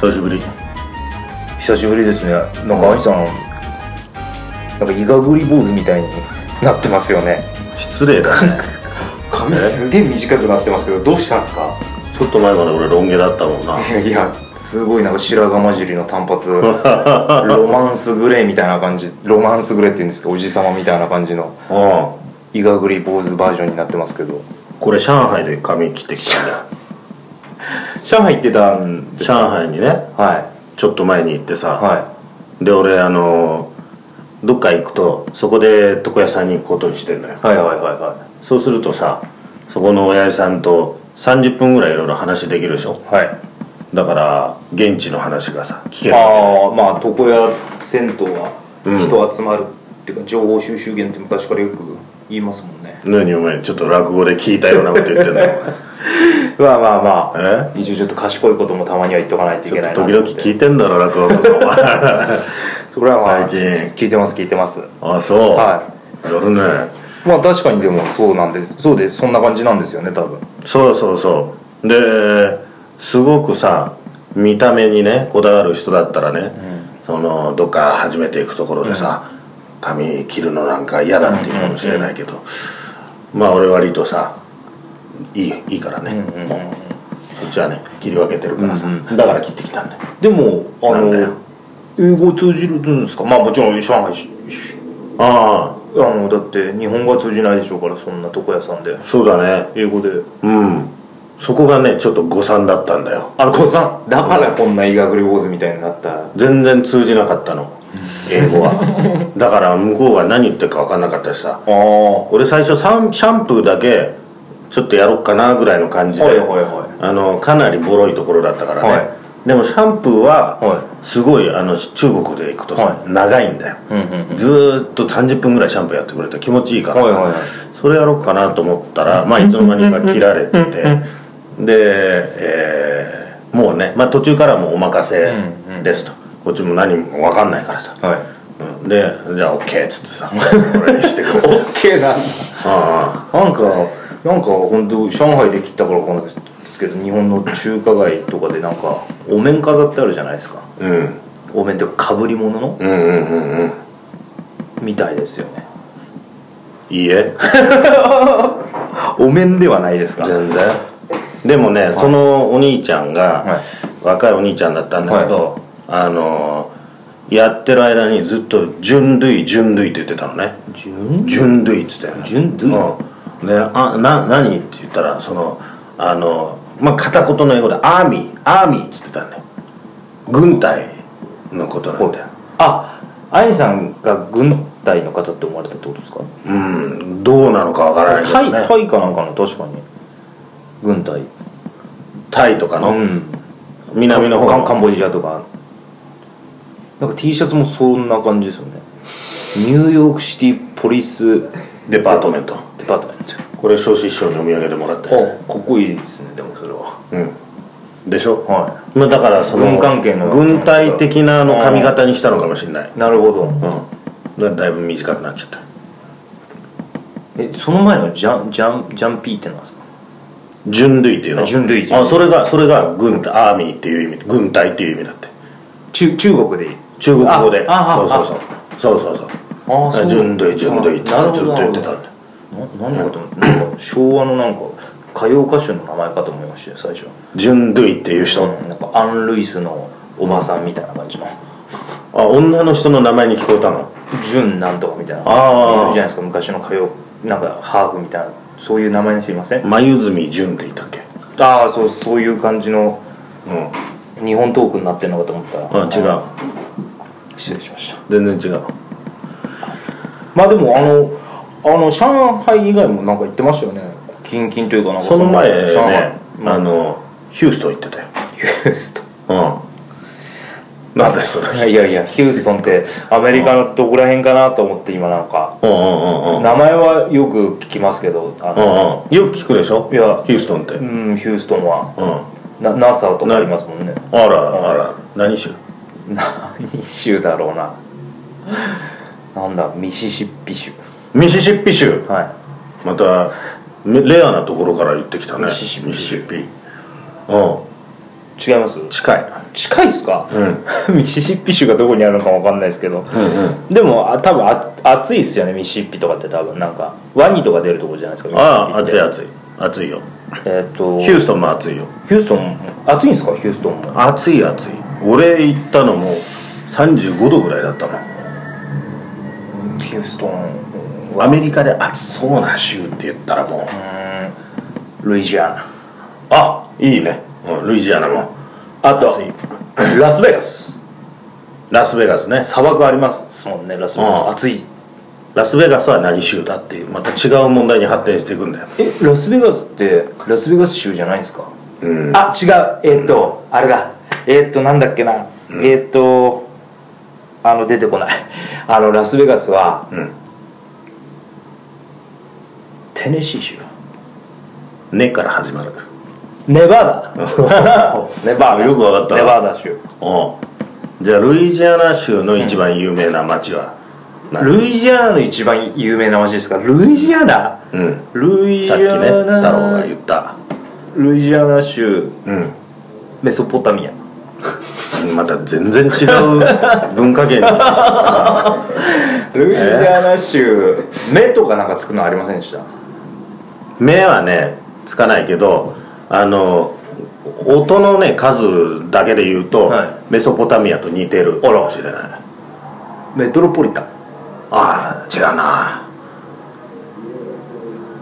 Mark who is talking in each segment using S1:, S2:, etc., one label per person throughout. S1: 久しぶり
S2: 久しぶりですねなんか愛さん、なんかイガグリ坊主みたいになってますよね
S1: 失礼だね
S3: 髪すげえ短くなってますけどどうしたんですか
S1: ちょっと前まで俺ロン毛だったもんない
S3: やいや
S2: すごいなんか白髪混じりの短 髪ロマンスグレーみたいな感じロマンスグレーって言うんですけどおじ様みたいな感じの
S1: うん
S2: イガグリ坊主バージョンになってますけど
S1: これ上海で髪切ってきたんだよ
S2: 上海行ってたんです
S1: 上海にね
S2: は
S1: ちょっと前に行ってさ、
S2: いは
S1: で俺あのどっか行くとそこで床屋さんに行くことにしてんだよ
S2: いはいはいはいは
S1: そうするとさそこの親父さんと30分ぐらいいろいろ話できるでしょ
S2: いはい
S1: だから現地の話がさ聞ける
S3: ああまあ床屋銭湯は人集まるっていうか情報収集源って昔からよく言いますもんね
S1: 何お前ちょっと落語で聞いたようなこと言ってんの
S2: まあまあまあ
S1: え
S3: 一応ちょっと賢いこともたまには言っとかないといけないなと
S1: 時
S3: 思
S1: 々
S3: って
S1: 聞いてんだろ落語とかお前
S2: それはま
S1: 最
S2: あ
S1: 近
S2: 聞いてます聞いてます
S1: あそう、
S2: は
S1: やるね
S2: まあ確かにでもそうなんでそうでそんな感じなんですよね多分
S1: そうそうそうですごくさ見た目にねこだわる人だったらね、そのどっか始めていくところでさ、髪切るのなんか嫌だっていうかもしれないけど、まあ俺割とさいいいいからね、もうそっちはね切り分けてるからさ、だから切ってきたんだよ
S2: でもあ
S1: なんだよ
S2: の英語通じるんですかまあもちろん上海しし
S1: あ
S2: あのだって日本語は通じないでしょうからそんな床屋さんで
S1: あそうだね
S2: 英語で
S1: うんそこがねちょっと誤算だったんだよ
S3: あの子さんだからこんなイガグリ坊主みたいになった
S1: 全然通じなかったの英語 はだから向こうが何言ってるか分かんなかったしさ
S3: ああ
S1: 俺最初サンシャンプーだけちょっとやろっかなぐらいの感じで、
S3: はいはいは
S1: あのかなりボロいところだったからね、
S3: は
S1: でもシャンプー
S3: は
S1: はすごいあの中国で行くとさ、長いんだよ、ずーっと30分ぐらいシャンプーやってくれて気持ちいいから
S3: は
S1: さ、
S3: いはいはい
S1: それやろうかなと思ったら、まあ、いつの間にか切られててで、えーもうね、まあ、途中からもうお任せですと、こっちも何も分かんないからさ、
S3: いはい
S1: うんでじゃあ OK っつってさこれにしてくれて
S3: オッケーなんだ
S1: あ
S2: なんかなんか本当上海で切ったからかんないですけど日本の中華街とかでなんかお面飾ってあるじゃないですか
S1: あうん
S2: お面っていうかかぶり物の
S1: うんうんうんうん
S2: みたいですよね
S1: いいえ
S2: お面ではないですか
S1: 全然でもね、そのお兄ちゃんが、
S2: はい
S1: 若いお兄ちゃんだったんだけど、あのーやってる間にずっと「純類純類」って言ってたのね「
S2: 純
S1: 純類」っつったよね
S2: 純類
S1: うん、で「あな何?」って言ったらそのあのまあ片言の英語で「アーミーアーミー」っつってたんだよ軍隊のことなんだよ
S2: あ愛さんが軍隊の方って思われたってことですか
S1: うんどうなのかわからないけど
S2: タイ
S1: ね
S2: タイかなんかの確かに軍隊
S1: タイとかの、
S2: うん
S1: 南の方
S2: カン
S1: の
S2: カンボジアとかなんか T シャツもそんな感じですよねニューヨークシティポリスデ
S1: デパートメント
S2: パートメント
S1: これ彰子師匠にお土産でもらったやつ
S2: あかっこいいですねでもそれは
S1: うん、でしょ、
S2: は
S1: まあ、だからその
S2: 軍関係の
S1: 軍隊的なあの髪型にしたのかもしれない、
S2: いなるほど
S1: うん、だからだいぶ短くなっちゃった
S2: えその前のジャンジャンジャンピーってなんですか
S1: 純類っていうの
S2: あ純類純類
S1: あそれがそれが軍隊アーミーっていう意味軍隊っていう意味だって
S2: 中中国でいい
S1: 中国語で
S2: ああ
S1: そうそう
S2: あ
S1: そうそうそうそう
S2: あ
S1: だから純類純類ってずっとずっと言ってたんだよ
S2: な何かと思ってなんか昭和のなんか歌謡歌手の名前かと思いましたよ最初
S1: 純類っていう人、
S2: うんなんかアン・ルイスのおばさんみたいな感じの
S1: あ女の人の名前に聞こえたの
S2: 純なんとかみたいな
S1: あー
S2: いるじゃないですか昔の歌謡なんかハーフみたいなそういう名前の人いません
S1: 眉住純類だっけ
S2: ああそうそういう感じの
S1: うん
S2: 日本トークになってるのかと思ったら
S1: あ違う
S2: 失礼しました
S1: 全然違う
S2: まあでもあのあの上海以外もなんか行ってましたよね近々というかなんか
S1: その前ね
S2: 上海
S1: あのヒューストン行ってたよ
S2: ヒュースト
S1: うんなんでそれ
S2: ンいやいやヒューストンってアメリカのどこら辺かなと思って今なんか
S1: うんうんうんうん
S2: 名前はよく聞きますけどあ
S1: う
S2: の、
S1: んうんよく聞くでしょ
S2: いや
S1: ヒューストンってう
S2: うんん、ヒューストンは
S1: あ
S2: な NASA とかありますもんね
S1: らあら何州
S2: 何州だろうななんだミシシッピ州
S1: ミシシッピ州
S2: はい
S1: またねレアなところから言ってきたね
S2: ミシシッピ
S1: ミシシッピうん
S2: 違います
S1: 近い
S2: 近いっすか、 ミシシッピ州がどこにあるのかわかんないですけど、
S1: うん
S2: でもあ多分あ暑いっすよねミシシッピとかって多分なんかワニとか出るとこじゃないですか
S1: ああ
S2: ミシ
S1: 暑
S2: シ
S1: い
S2: ッピって
S1: 暑い暑いよ
S2: えーっと
S1: ヒューストンも暑いよ
S2: ヒューストンも暑いんですかヒューストンも
S1: 暑い暑い俺行ったのも35度ぐらいだったの
S2: ヒューストン
S1: アメリカで暑そうな州って言ったらもう
S2: ルイジアナ
S1: あいいね、うん、ルイジアナも
S2: あと
S1: 暑い
S2: ラスベガス
S1: ラスベガスね
S2: 砂漠ありますもんねラスベガ
S1: う
S2: ス
S1: ん
S2: 暑い
S1: ラスベガスは何州だっていうまた違う問題に発展していくんだよ
S2: えラスベガスってラスベガス州じゃないんですかあ違うえーっと、あれだえーっとなんだっけな、えーっとあの出てこないあのラスベガスは、
S1: ん
S2: テネシー州
S1: 「ね」から始 まる
S2: ネバ ダネバダ
S1: よくわかったな
S2: ネバダ州
S1: おじゃあルイジアナ州の一番有名な町は、
S2: ルイジアナの一番有名な街ですかルイジアナ
S1: うん
S2: ルイジ
S1: さ
S2: ア
S1: っきね
S2: ナ
S1: 太郎が言った
S2: ルイジアナ州
S1: うん
S2: メソポタミア
S1: また全然違う文化圏に行ってしまっ
S2: ルイジアナ州目とかなんかつくのありませんでした
S1: た目はねつかないけどあの音のね数だけで言うと、
S2: はい
S1: メソポタミアと似てるかもしれない
S2: メトロポリタン
S1: ああ違うな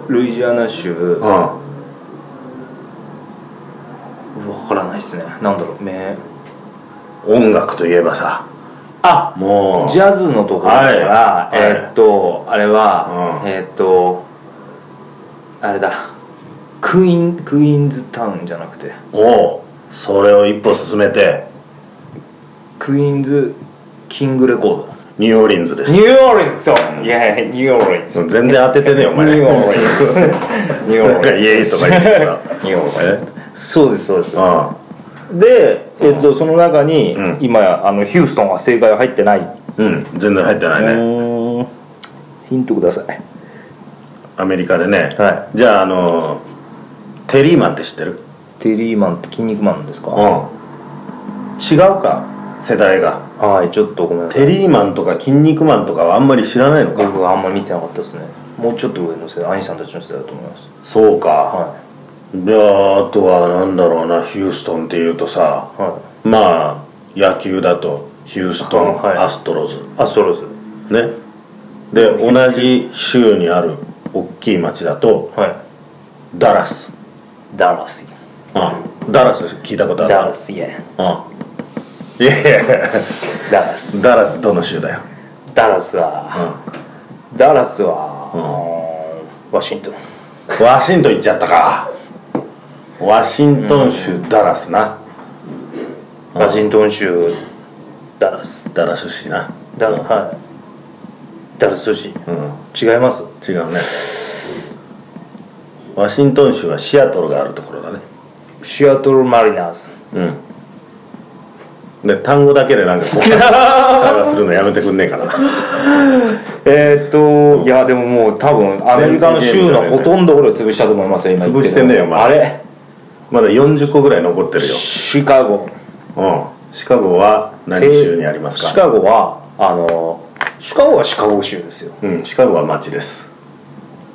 S2: ルイジアナ州わ
S1: う
S2: からないですねなんだろう目
S1: ん音楽といえばさ
S2: あ
S1: もう
S2: ジャズのところだから、
S1: はいはい
S2: えーっとあれは、
S1: うん
S2: えーっとあれだクイーンクイーンズタウンじゃなくて
S1: おうそれを一歩進めて
S2: クイーンズキングレコード
S1: ニューオーリンズで
S2: ニ
S1: す
S2: ューオーリンズそういやいやニューオーリンズ
S1: 全然当ててねえお
S2: ニュ
S1: 前
S2: ーオーリン ズニューオ
S1: なん
S2: ー
S1: か
S2: リンズ
S1: イエーイとか言ってさ
S2: ニューオーリンズそうですそうです
S1: うん
S2: で、えっと、その中に、
S1: うん
S2: 今あのヒューストンは正解は入ってない、
S1: うん全然入ってないうね、
S2: ーんヒントください
S1: アメリカでね、
S2: は
S1: じゃああのテリーマンって知ってる
S2: テリーマンって筋肉マンですか、
S1: ん違うか世代が
S2: はいちょっとごめんなさい
S1: テリーマンとか筋肉マンとかはあんまり知らないのか
S2: 僕はあんま見てなかったですねもうちょっと上の世代兄さんたちの世代だと思います
S1: そうか、
S2: は
S1: であとはなんだろうなヒューストンっていうとさ
S2: いは
S1: まあ野球だとヒューストン、
S2: はい
S1: アストロズ
S2: いアストロズ
S1: ねで同じ州にある大きい町だと
S2: はい
S1: ダラス、
S2: ダラス
S1: うん、ダラス聞いたことある
S2: ダラスイエ
S1: うんいやいや
S2: ダラス
S1: ダラスどの州だよ、
S2: ダラスは、ダラスは、ワシントン
S1: ワシントン行っちゃったかワシントン州ダラスな、
S2: ワシントン州ダラス
S1: ダラス市な
S2: ダラはいダラス市
S1: うん
S2: 違います
S1: 違うねワシントン州はシアトルがあるところだね
S2: シアトルマリナーズ
S1: うんで単語だけでなんかこう会話するのやめてくんねえかな
S2: えーっと、いやでももう多分アメリカの州のほとんど俺を潰したと思いますよ今言っ
S1: 潰してねえよお前
S2: あれ
S1: まだ40個ぐらい残ってるよ、
S2: シカゴ
S1: うん、シカゴは何州にありますか
S2: シカゴはあのシカゴはシカゴ州ですよ
S1: うん、シカゴは町です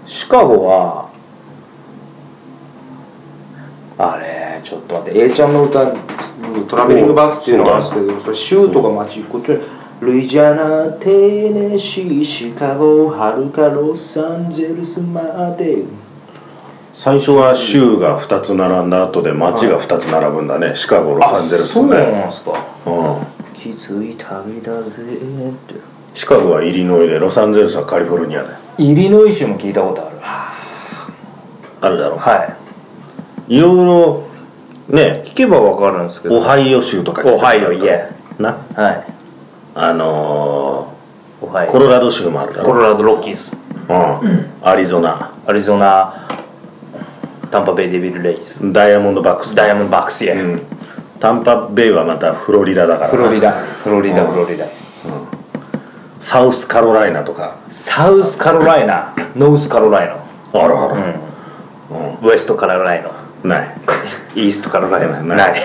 S2: シカゴはあれちょっと待って A ちゃんの歌トラベリングバスっていうのがあるんですけどそれ州とか町こっちルイジアナ、テネシー、シカゴ、ハルカ、ロサンゼルスまで
S1: 最初は州が2つ並んだ後で町が2つ並ぶんだね、シカゴロサンゼルス
S2: そう
S1: ね
S2: なんですか
S1: うん
S2: 気づいた旅だぜって
S1: シカゴはイリノイでロサンゼルスはカリフォルニアだよ
S2: イリノイ州も聞いたことあるは
S1: あるだろ
S2: い
S1: いろいろね
S2: 聞けばわかるんですけ
S1: オハイオ州とか
S2: オハイオイエ
S1: な
S2: はい
S1: あの
S2: オハイ
S1: ー、コロラド州もあるだ
S2: コ
S1: ろ
S2: ロラドロッキーズ
S1: うんアリゾナ
S2: アリゾナタンパベイデビルレイズ
S1: ダイヤモンドバックス
S2: ダイヤモンドバックスや、
S1: うんタンパベイはまたフロリダだから
S2: フロリ
S1: ダ
S2: ダフロリダフロリダ
S1: サウスカロライナとか
S2: サウスカロライナノースカロライナ
S1: あるある、
S2: ウエストカロライナ
S1: ない
S2: イーストからライブ
S1: な
S2: ない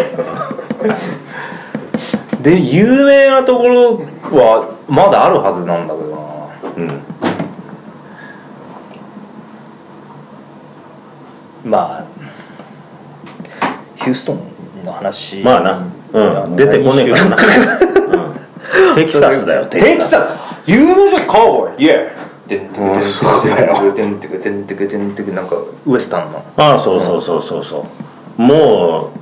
S2: で有名なところはまだあるはずなんだけどな
S1: うん
S2: まあヒューストンの話
S1: まあな、うん、出てこねえからな、うん、テキサスだよ
S2: テキサス有名じゃんカウボーイイエーてんてく
S1: うんそうだよ
S2: てんてくてんてくてんてくてんてくなんかウエスタンの
S1: ああそうそうそうそうそうもう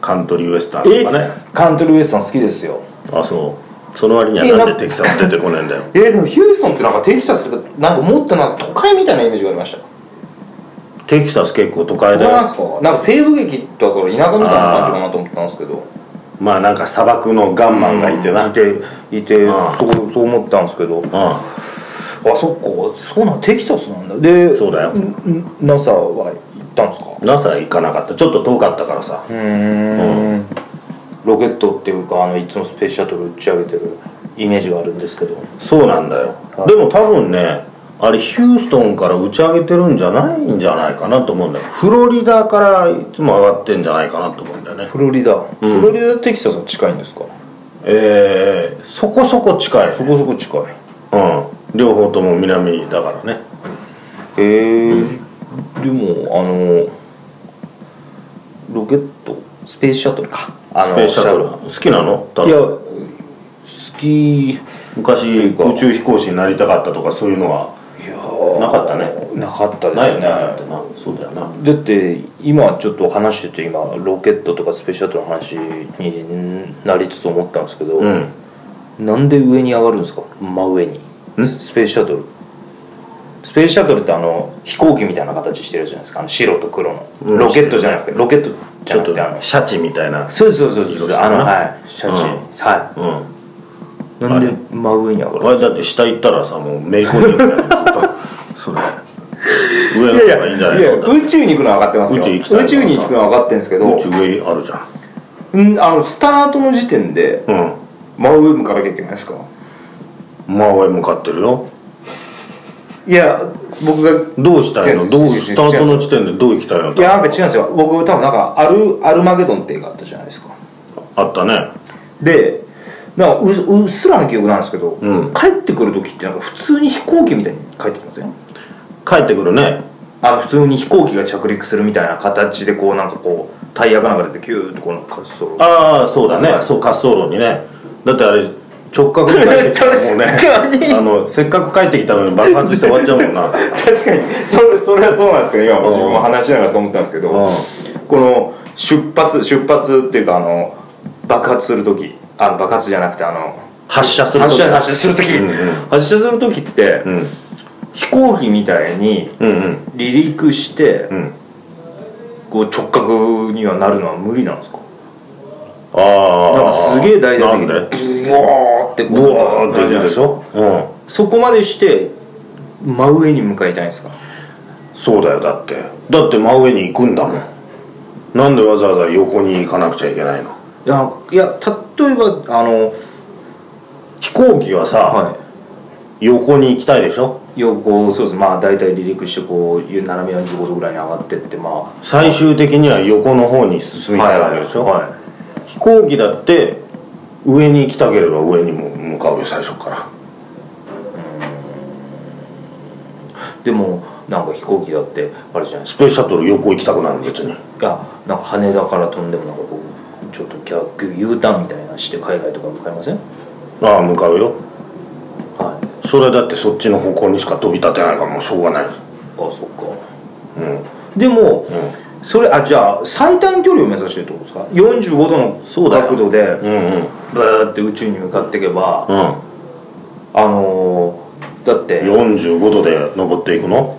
S1: カントリーウエスタンとかね
S2: カントリーウエスタン好きですよ
S1: あそうその割にはなんでテキサス出てこねえんだよ
S2: えー、でもヒューストンってなんかテキサスとかなんかもっとなんか都会みたいなイメージがありました
S1: テキサス結構都会
S2: 都会
S1: だ
S2: なん
S1: よ
S2: ですかなんか西部劇とか田舎みたいな感じかなと思ったんですけど
S1: まあなんか砂漠のガンマンがいてな、う
S2: い
S1: ん
S2: ていて
S1: あ
S2: そうそう思ったんですけどあそっかそうなんテキサスなんだで
S1: そうだよ
S2: んん NASA は行ったんですか
S1: NASA 行かなかったちょっと遠かったからさ、
S2: うんロケットっていうかあのいつもスペースシャトル打ち上げてるイメージがあるんですけど
S1: そうなんだよでも多分ねあれヒューストンから打ち上げてるんじゃないんじゃないかなと思うんだよフロリダからいつも上がってんじゃないかなと思うんだよね
S2: フロリダ、フロリダとテキサスは近いんですか
S1: えー、そこそこ近い、う
S2: そこそこ近い
S1: ん、両方とも南だからね
S2: へえ、でもあのロケットスペースシャトルかあ
S1: ス
S2: の
S1: ペースシャトル好きなの
S2: いや好きい
S1: 昔
S2: いうか
S1: 宇宙飛行士になりたかったとかそういうのは
S2: や
S1: なかったね
S2: なかったで
S1: ない
S2: す
S1: よ
S2: ね
S1: ねだってなそうだよな
S2: だって今ちょっと話してて今ロケットとかスペースシャトルの話になりつつ思ったんですけど、
S1: うん
S2: なんで上に上がるんですか真上にスペースシャトルスペースシャトルってあの飛行機みたいな形してるじゃないですかあの白と黒の、
S1: うん
S2: ロケットじゃなくてロケットじ
S1: ち
S2: ゃ
S1: ょ
S2: な
S1: っ
S2: くてあの
S1: とシャチみたいな
S2: そうですそうですそ
S1: 色
S2: う
S1: してる
S2: です
S1: な
S2: あのはい写真、
S1: うん
S2: は
S1: うん
S2: いなんで真上に上がる
S1: あれだって下行ったらさもうめり込んでるからずっ とそれ上の方がいいんじゃない
S2: いや
S1: のだって
S2: 宇宙に行くのは分かってますよ
S1: 宇宙行きたいからさ
S2: 宇宙に行くのは分かってるんですけど
S1: 宇宙上あるじゃん
S2: うんあのスタートの時点で
S1: うん
S2: 真上向かなきゃいけないですか
S1: 真上向かってるよ
S2: いや僕が
S1: どうしたい
S2: 違う違
S1: の
S2: う
S1: どう
S2: 違う
S1: スタートの時点でどう行きたいの
S2: いやなんか違うんですよ僕多分なんかアルアルマゲドンって映画あったじゃないですか
S1: あったね
S2: でなんかううっすらの記憶なんですけど、
S1: うん
S2: 帰ってくる時ってなんか普通に飛行機みたいに帰ってきません
S1: 帰ってくるね
S2: あの普通に飛行機が着陸するみたいな形でこうなんかこうタイヤがなんか出てキューってこの滑走路
S1: ああそうだねそう滑走路にねだってあれ直角に帰ってきたらもうね
S2: 確かに
S1: あのせっかく帰ってきたのに爆発して終わっちゃうもん な
S2: 確かにそれそれはそうなんですけど今自分も話しながらそう思ったんですけどこの出発出発っていうかあの爆発する時あの爆発じゃなくてあの
S1: 発射する
S2: 発
S1: 時
S2: 射発射する時、
S1: うんうん
S2: 発射する時って、
S1: うん
S2: 飛行機みたいに
S1: うんうん
S2: 離陸して、
S1: ん
S2: こう直角にはなるのは無理なんですか
S1: ああ
S2: なんかすげえ大
S1: な
S2: 々
S1: ん
S2: 的
S1: で
S2: にブワーってこ
S1: ブワーって
S2: な
S1: 行
S2: る
S1: くでしょうん
S2: そこまでして真上に向かいたいんですか
S1: そうだよだってだって真上に行くんだもんなんでわざわざ横に行かなくちゃいけないの
S2: いやいや例えばあの、
S1: 飛行機はさ、
S2: は
S1: 横に行きたいでしょ
S2: い、横そうですまあ大体離陸してこう斜め45度ぐらいに上がってってまあ
S1: 最終的には横の方に進みたいわけでしょ、
S2: はい
S1: 飛行機だって上に行きたければ上にも向かうよ最初から
S2: でもなんか飛行機だってあれじゃないです
S1: スペースシャトル横行きたくなる別に
S2: かいやなんか羽田から飛んでもなんかこうちょっと逆 U ターンみたいなして海外とか向かいません
S1: ああ向かうよ
S2: はい
S1: それだってそっちの方向にしか飛び立てないからもうしょうがないです
S2: あそっかうんでも、それあじゃあ最短距離を目指してるってことですか45度
S1: そう
S2: の
S1: だよ
S2: 角度で
S1: うんうんうん
S2: ブーって宇宙に向かっていけばあのー、だって
S1: 45度で登っていくの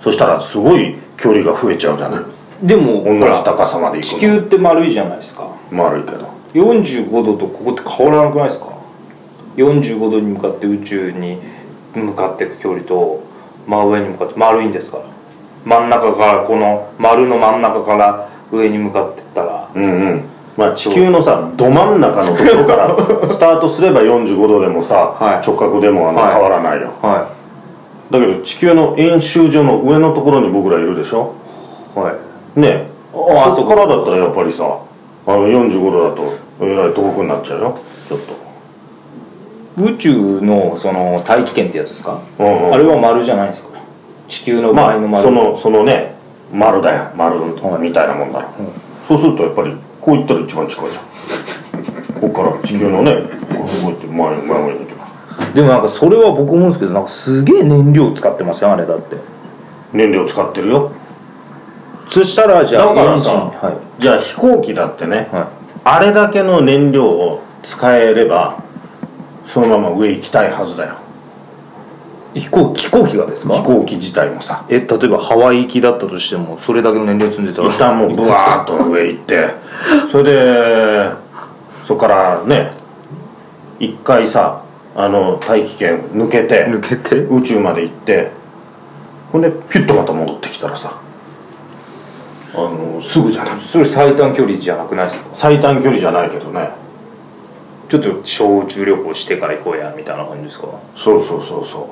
S1: そしたらすごい距離が増えちゃうじゃない
S2: でも
S1: 同
S2: ほ
S1: じ
S2: ら
S1: 高さまで行
S2: 地
S1: くの
S2: 球って丸いじゃないですか
S1: 丸いけど
S2: 45度とここって変わらなくないですか45度に向かって宇宙に向かっていく距離と真上に向かって丸いんですから真ん中からこの丸の真ん中から上に向かってったら
S1: うんうんまあ地球のさど真ん中のところ からスタートすれば45度でもさ、
S2: はい
S1: 直角でもあの
S2: はい
S1: 変わらないよ、
S2: は
S1: だけど地球の演習所の上のところに僕らいるでしょ
S2: いはい
S1: ねえ
S2: ああ
S1: そ
S2: そ
S1: っ
S2: っ
S1: か
S2: からら
S1: だったらやっぱりさあの45度だとえらい遠くになっちゃうよちょっと
S2: 宇宙のその大気圏ってやつですか、
S1: うんうん
S2: あれは丸じゃないですか地球の
S1: ま
S2: 倍の
S1: あ
S2: 丸、
S1: そのそのね丸だよ丸みたいなもんだろ、そうするとやっぱりこういったら一番近い じゃんここから地球のね、こう動いて前に前に行けば
S2: でもなんかそれは僕思うんですけどなんかすげえ燃料使ってますよあれだって
S1: 燃料使ってるよ
S2: そしたらじゃあ
S1: だか
S2: エ
S1: ら
S2: ンジン
S1: さ
S2: は
S1: じゃあ飛行機だってね、
S2: はい
S1: あれだけの燃料を使えればそのまま上行きたいはずだよ
S2: い飛行機飛行機がですか
S1: 飛行機自体もさ
S2: え例えばハワイ行きだったとしてもそれだけの燃料積んでたら
S1: 一旦もうブワーッと上行ってそれでそこからね一回さあの大気圏抜けて
S2: 抜けて
S1: 宇宙まで行ってほんでピュッとまた戻ってきたらさあのすぐじゃない
S2: それ最短距離じゃなくないですか
S1: 最短距離じゃないけどね
S2: ちょっと小宇宙旅行してから行こうやみたいな感じですか
S1: そうそうそうそう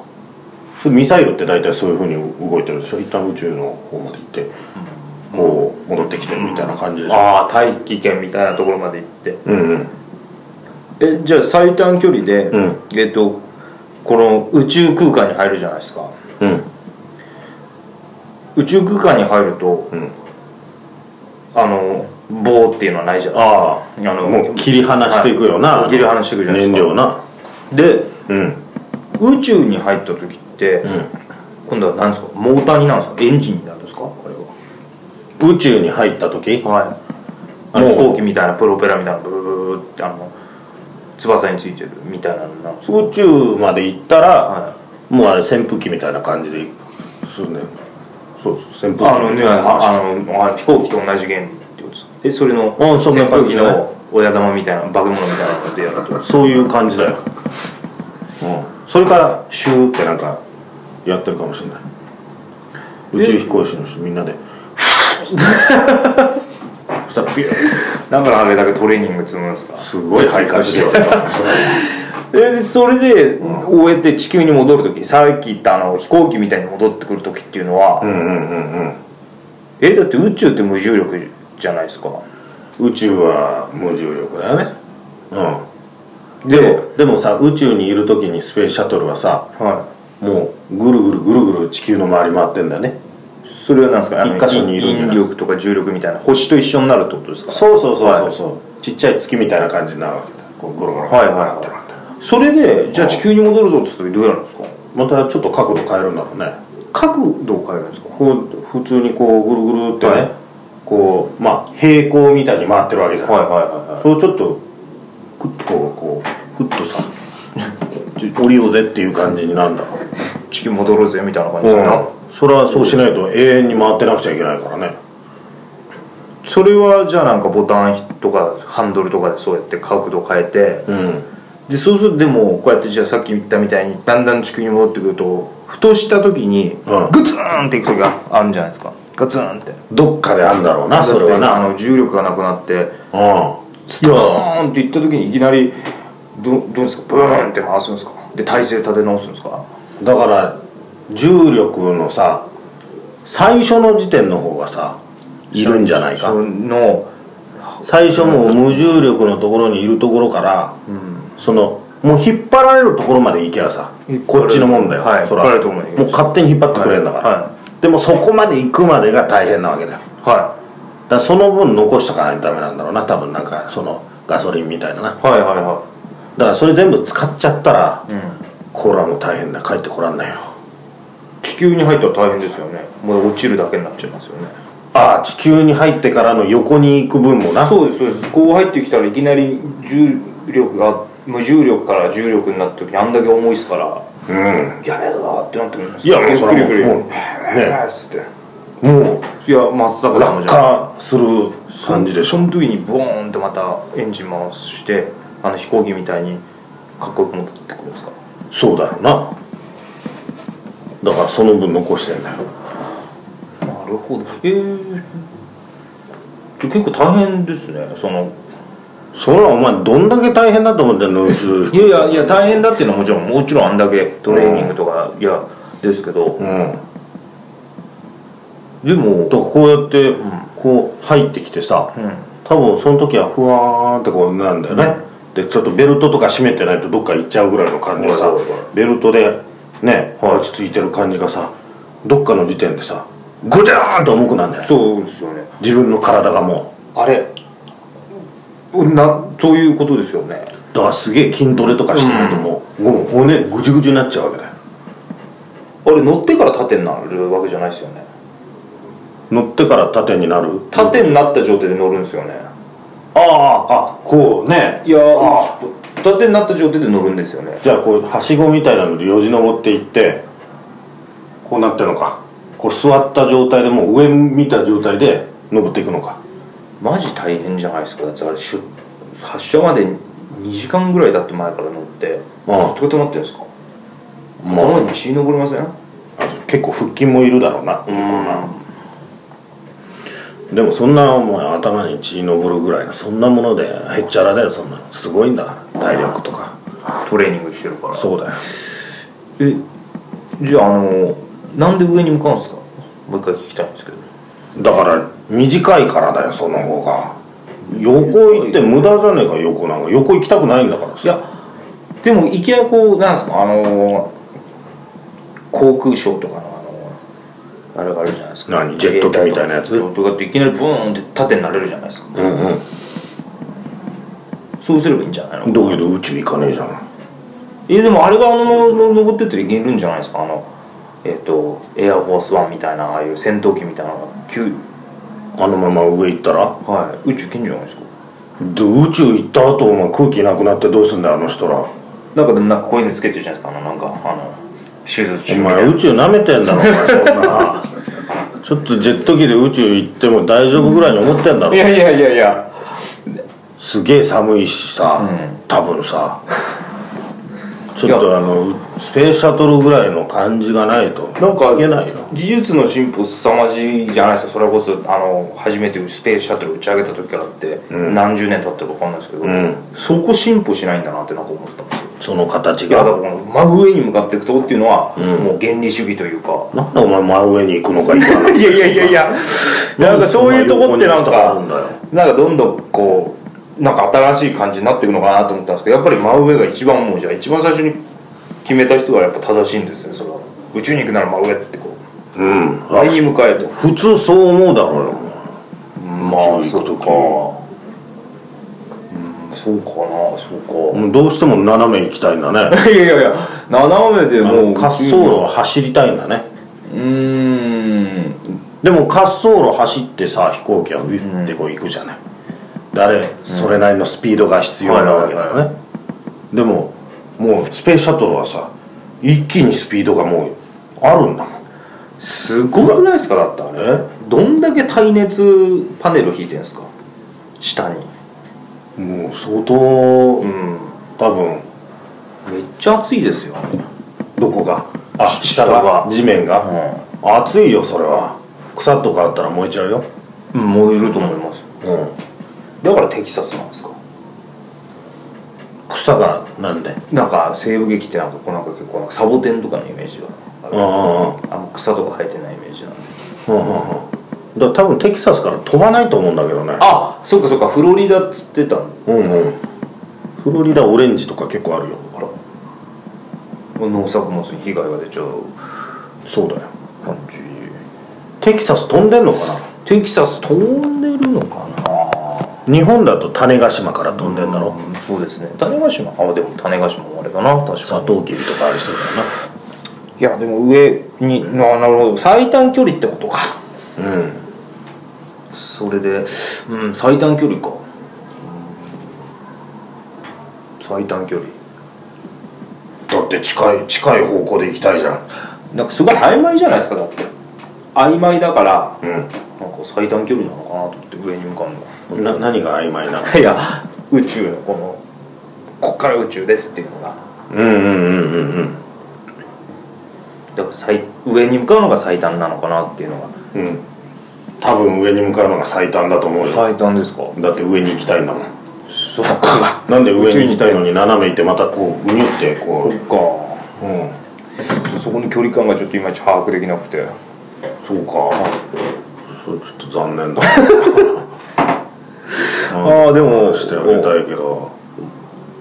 S1: それミサイルって大体そういうふうに動いてるでしょ一旦宇宙の方まで行ってこう戻ってきてるみたいな感じでしょ
S2: ああ大気圏みたいなところまで行っ
S1: う
S2: て
S1: んうん
S2: えじゃあ最短距離で、
S1: ん
S2: えっとこの宇宙空間に入るじゃないですか
S1: うん
S2: 宇宙空間に入ると、
S1: ん
S2: あの棒っていうのはないじゃないですか
S1: ああ
S2: あの
S1: もう切り離していくよな、
S2: はい切り離していくじゃないです
S1: 燃
S2: か
S1: 料な
S2: で
S1: うん
S2: 宇宙に入った時って、今度は何ですかモーターになるんですかエンジンになるんですかこれは
S1: 宇宙に入った時
S2: はい、
S1: あの
S2: 飛行機みたいなプロペラみたいなブルブルブルってあの翼についてるみたいなのなんですか
S1: 宇宙まで行ったら、
S2: は
S1: もうあれ扇風機みたいな感じで行くするねそうそう扇風
S2: あ
S1: 機
S2: の
S1: み
S2: ね
S1: たいな
S2: ああのあの飛行機と同じ原理ってことですかえそれの
S1: うんそんな
S2: 扇
S1: 感
S2: 風
S1: じ
S2: 機
S1: だね
S2: の親玉みたいな化け物みたいなのでやるってこと
S1: そういう感じだよ、うん、それからシューってなんかやってるかもしれない宇宙飛行士の人みんな でそしたらビュー
S2: だからあれだけトレーニング積むんですか
S1: すごい肺活量だよ
S2: えそれで終えて地球に戻る時さっき言ったあの飛行機みたいに戻ってくる時っていうのは、
S1: うんうんうんうん
S2: えだって宇宙って無重力じゃないですか
S1: 宇宙は無重力だよねうん
S2: で
S1: でもでもさ宇宙にいる時にスペースシャトルはさ
S2: は
S1: もうぐるぐるぐるぐる地球の周り回ってんだよね
S2: いそれは何ですかあの
S1: 一箇所にいるんじゃない
S2: 引力とか重力みたいな星と一緒になるってことですか
S1: そうそうそうそうそう、ちっちゃい月みたいな感じになるわけだこうぐるぐるぐる
S2: はいはい
S1: なってるわけだ
S2: それでじゃあ地球に戻るぞっつった時どうやるんですか
S1: またちょっと角度変えるんだろうね
S2: 角度を変えるんですか
S1: こう普通にこうぐるぐるってね、
S2: はい
S1: こうまあ平行みたいに回ってるわけじゃん、
S2: はいはいは
S1: そうちょっとクッとこうこうクッとさ ちょ降りようぜっていう感じになるんだろう
S2: いはい地球戻ろうぜみたいな感じかな、
S1: うん、それはそうしないと永遠に回ってなくちゃいけないからね
S2: それはじゃあなんかボタンとかハンドルとかでそうやって角度変えて
S1: うん
S2: でそうするとでもこうやってじゃあさっき言ったみたいにだんだん地球に戻ってくるとふとした時に
S1: うん
S2: グツーンっていく時があるんじゃないですかガツーンって
S1: どっかであんだろうなそれは
S2: あ
S1: な
S2: の重力がなくなって
S1: うん
S2: ストーンっていった時にいきなりどどうですかブーンって回すんですかで体勢立て直すんですか
S1: だから重力のさ最初の時点の方がさいるんじゃない
S2: そ
S1: か
S2: の
S1: 最初もう無重力のところにいるところから、そのもう引っ張られるところまで行けばさ
S2: 引っ張られ
S1: こ
S2: る
S1: っちのもんだよ、
S2: はい
S1: そら
S2: 引っ張られるとこ
S1: も
S2: まで行
S1: う
S2: けます
S1: 勝手に引っ張ってくれるんだから、
S2: はいは
S1: でもそこまで行くまでが大変なわけだよ
S2: は
S1: だからその分残しとかないとダメなんだろうな多分なんかそのガソリンみたいなない
S2: はいはいは
S1: だからそれ全部使っちゃったら、
S2: ん
S1: これはもう大変だ帰ってこらんないよ
S2: い地球に入ったら大変ですよねもう落ちるだけになっちゃいますよね
S1: ああ地球に入ってからの横に行く分もな
S2: そうですそうですこう入ってきたらいきなり重力が無重力から重力になった時にあんだけ重いですから
S1: うん
S2: やべえぞーってなってくるんです
S1: いやもう
S2: ゆっ
S1: そ
S2: く
S1: れ
S2: り
S1: はもう
S2: くり
S1: もう
S2: ねっつって
S1: も
S2: いや真っ
S1: う
S2: 逆さま
S1: 落
S2: じゃん
S1: 下する感じでしょ
S2: その時にボーンってまたエンジン回してあの飛行機みたいにかっこよく戻ってくるんですか
S1: そうだろうなだからその分残してんだよ
S2: なるほどえー、じゃあ結構大変ですねその
S1: そらお前どんだけ大変だと思ってんの宇宙
S2: いやいやいや大変だっていうのはもちろんもちろんあんだけトレーニングとか、いやですけど
S1: うん
S2: でも
S1: とこうやって、ここう入ってきてさ、
S2: ん
S1: 多分その時はふわーんってこうなんだよね、でちょっとベルトとか締めてないとどっか行っちゃうぐらいの感じでさ、
S2: はいはいは
S1: ベルトでね落ち着いてる感じがさどっかの時点でさぐじゃーんと重くなるんだよ
S2: そうですよね
S1: 自分の体がも
S2: あれなそういうことですよね
S1: うだからすげえ筋トレとかしてるともう、もう骨ぐじゅぐじゅになっちゃうわけだよ
S2: あれ乗ってから縦になるわけじゃないですよね
S1: 乗ってから縦になる
S2: 縦になった状態で乗るんですよね
S1: あああこうね
S2: いや
S1: あ
S2: ー縦になった状態で乗るんですよね
S1: じゃあこうはしごみたいなのでよじ登っていってこうなってるのかこう座った状態でもう上見た状態で登っていくのか
S2: マジ大変じゃないですかだってあれ出発車まで2時間ぐらいだって前から乗って
S1: ああ
S2: どうやって待ってるんですか
S1: まあ
S2: 頭に血登りません
S1: あと結構腹筋もいるだろうな
S2: うん
S1: でもそんなお前頭に血昇るぐらいのそんなものでへっちゃらだよそんなのすごいんだから体力とか
S2: トレーニングしてるから
S1: そうだよ
S2: えじゃああのなんで上に向かうんですかもう一回聞きたいんですけど
S1: だから短いからだよその方が横行って無駄じゃねえか横なんか横行きたくないんだから
S2: い
S1: さ
S2: やでもいきなりこうなんですかあの航空ショーとかのあのあれがあるじゃないですか
S1: 何ジェット機みたいなやつ
S2: ジェット機とかっていきなりブーンって縦になれるじゃないですか
S1: うんうん
S2: そうすればいいんじゃないの
S1: だけど宇宙行かねえじゃん
S2: えでもあれがあのまま登ってっていけるんじゃないですかあのえっ、とエアフォースワンみたいなああいう戦闘機みたいなのが急
S1: あのまま上行ったら
S2: はい宇宙行けんじゃないですか
S1: で宇宙行った後お前空気なくなってどうすんだよあの人らお
S2: なんかでもなんかこういうのつけてるじゃないですかあのなんかあの手術中みたい
S1: 前
S2: な
S1: 宇宙なめてんだろお前そんなちょっとジェット機で宇宙行っても大丈夫ぐらいに思ってんだ
S2: い
S1: ろ
S2: やいやいやいや
S1: すげえ寒いしさ、多分さちょっとあのスペースシャトルぐらいの感じがないと
S2: なんか
S1: いけないよ
S2: 技術の進歩凄まじいじゃないですかそれこそあの初めてスペースシャトル打ち上げた時からって、何十年経ってるか分かんないですけど、
S1: ん
S2: そこ進歩しないんだなってなんか思ったんですよ
S1: その形
S2: いやだ
S1: が
S2: からこの真上に向かっていくとこっていうのは、もう原理主義というか
S1: なんでお前真上に行くのか行かない
S2: やいやいやい やなんかそういうとこってなん
S1: 横に行くとこあるんだ
S2: か
S1: よ
S2: なんかどんどんこうなんか新しい感じになっていくのかなと思ったんですけどやっぱり真上が一番もうじゃあ一番最初に決めた人がやっぱ正しいんですねそれは宇宙に行くなら真上ってこう
S1: うん
S2: 上に向かえと
S1: 普通そう思うだろうよもう
S2: ま
S1: 宇宙行く時
S2: そうかなそう
S1: もうどうしても斜め行きたいんだね
S2: か いやいやいや斜めでもう
S1: 滑走路を走りたいんだね
S2: うーん
S1: でも滑走路走ってさ飛行機はウィッてこう行くじゃない、であれそれなりのスピードが必要なわけだよね、
S2: はい
S1: でももうスペースシャトルはさ一気にスピードがもうあるんだもん
S2: すごくないですかだってあれ
S1: え
S2: どんだけ耐熱パネル引いてるんですか下に
S1: もう相当、
S2: うん
S1: 多分
S2: めっちゃ暑いですよ
S1: どこがあ
S2: 下
S1: 下
S2: が
S1: が地面が、暑いよそれは草とかあったら燃えちゃうよ
S2: 燃えると思います
S1: うん
S2: だからテキサスなんですか
S1: 草がなんでうん
S2: なんか西部劇ってなんかこうなんか結構なんかサボテンとかのイメージがある
S1: うんうん
S2: あの草とか生えてないイメージなんで
S1: うんうんうんだから多分テキサスから飛ばないと思うんだけどね
S2: あそっかそっかフロリダっつってたの
S1: うんうんフロリダオレンジとか結構あるよ
S2: あら農作物に被害が出ちゃう
S1: そうだよ
S2: 感じ
S1: テキサス飛んでんのか
S2: テキサス飛んでるのかな
S1: な日本だと種子島から飛んでんだろ、
S2: うんそうですね種子島あでも種子島もあれかな確
S1: サ
S2: か
S1: トウキビとかありそうだよな
S2: いやでも上にななるほど最短距離ってことか
S1: うん
S2: それでうん最短距離か最短距離
S1: だって近い近い方向で行きたいじゃん
S2: なんかすごい曖昧じゃないですかだって曖昧だから
S1: う
S2: なんか最短距離なのかなと思って上に向かうの
S1: んな何が曖昧なの
S2: いや宇宙のこのこっから宇宙ですっていうのが
S1: うんうんうんうんうん
S2: やっぱ最上に向かうのが最短なのかなっていうのが
S1: うん多分上に向かうのが最短だと思うよ
S2: 最短ですか
S1: だって上に行きたいんだもん
S2: そっか
S1: なんで上に行きたいのに斜め行ってまたこううにゅってこ
S2: そっか
S1: ううん
S2: そこの距離感がちょっといまいち把握できなくて
S1: そうかそれちょっと残念 だあ
S3: あーでも
S1: してあげたいけど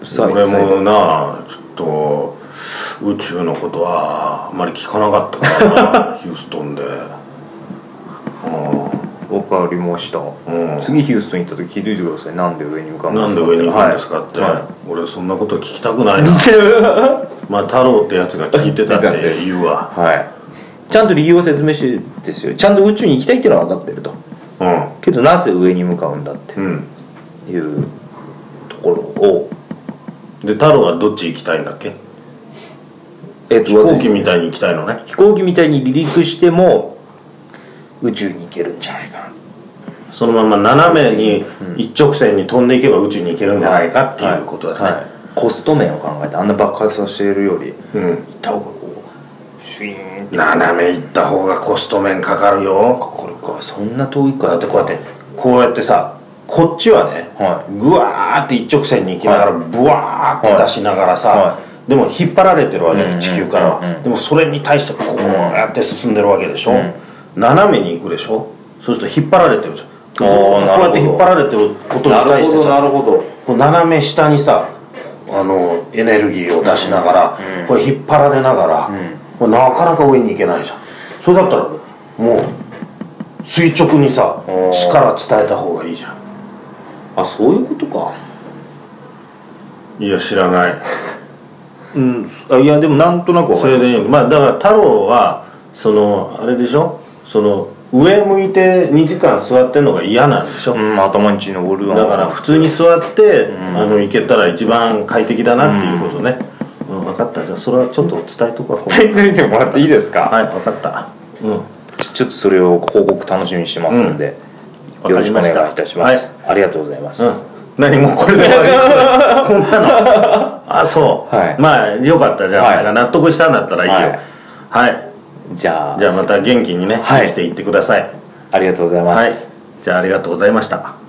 S3: さ
S1: 俺もなちょっと宇宙のことはあんまり聞かなかったからなヒュースト ンで
S2: わかりました、
S1: ん
S2: 次ヒューストン行った時聞いといてくださいなんで上に向かうんで
S1: なん
S2: す
S1: で
S2: か
S1: 上に行くんですかって、
S2: は
S1: 俺そんなこと聞きたくないなまあ太郎ってやつが 聞いてたって言うわ
S2: い、はい、ちゃんと理由を説明してですよちゃんと宇宙に行きたいっていうのは分かってると
S1: うん
S2: けどなぜ上に向かうんだって
S1: うん
S2: いうところを、
S1: で太郎はどっち行きたいんだっけ
S2: えっと
S1: 飛行機みたいに行きたいのね
S2: 飛行機みたいに離陸しても宇宙に行けるんじゃないか
S1: そのまま斜めに一直線に飛んでいけば宇宙に行けるんじゃないかっていうことだ
S2: な、
S1: ね、
S2: コスト面を考えてあんな爆発させるより行
S1: うん
S2: った方がこうシュイーンって
S1: 斜め行った方がコスト面かかるよ
S2: これかそんな遠いか
S1: だってこうやってこうやってさこっちはね、
S2: は
S1: ぐわーって一直線に行きながら、ぶわーって出しながらさ、
S2: は
S1: でも引っ張られてるわけで、地球からは、でもそれに対してこうやって進んでるわけでしょ、斜めに行くでしょそうすると引っ張られてるじゃんず
S2: あー
S1: ーっとこうやって
S2: なるほど
S1: 引っ張られてることに対してさ
S2: るほど
S1: こう斜め下にさあのエネルギーを出しながら、これ引っ張られながら、これなかなか上に行けないじゃんそれだったらもう垂直にさ
S2: ー
S1: 力伝えた方がいいじゃん
S2: あそういうことか
S1: いや知らない
S2: うんあいやでもなんとなくわ
S1: そ
S2: かり
S1: れ
S2: ま
S1: で
S2: し
S1: いいまあだから太郎はそのあれでしょその上向いて2時間座ってんのが嫌なんでしょ、
S2: たうん頭に血上るわ
S1: だから普通に座って、あの行けたら一番快適だなっていうことね、うん分かったじゃあそれはちょっと伝えとくわこう
S2: 全然見てもらっていいですか、
S1: はい分かったうん
S2: ちちょっとそれを報告楽しみにしてますんで、
S1: うん
S2: よろしくお願いいたしますありがとうございます、
S1: 何もうこれで終わりこんなの あそう、
S2: はい
S1: まあよかったじゃあ、
S2: はい
S1: なんか納得したんだったらいいよはい、
S2: じゃあ
S1: じゃあまた元気にね、
S2: はい
S1: 生きていってください
S2: ありがとうございます、
S1: はいじゃあありがとうございました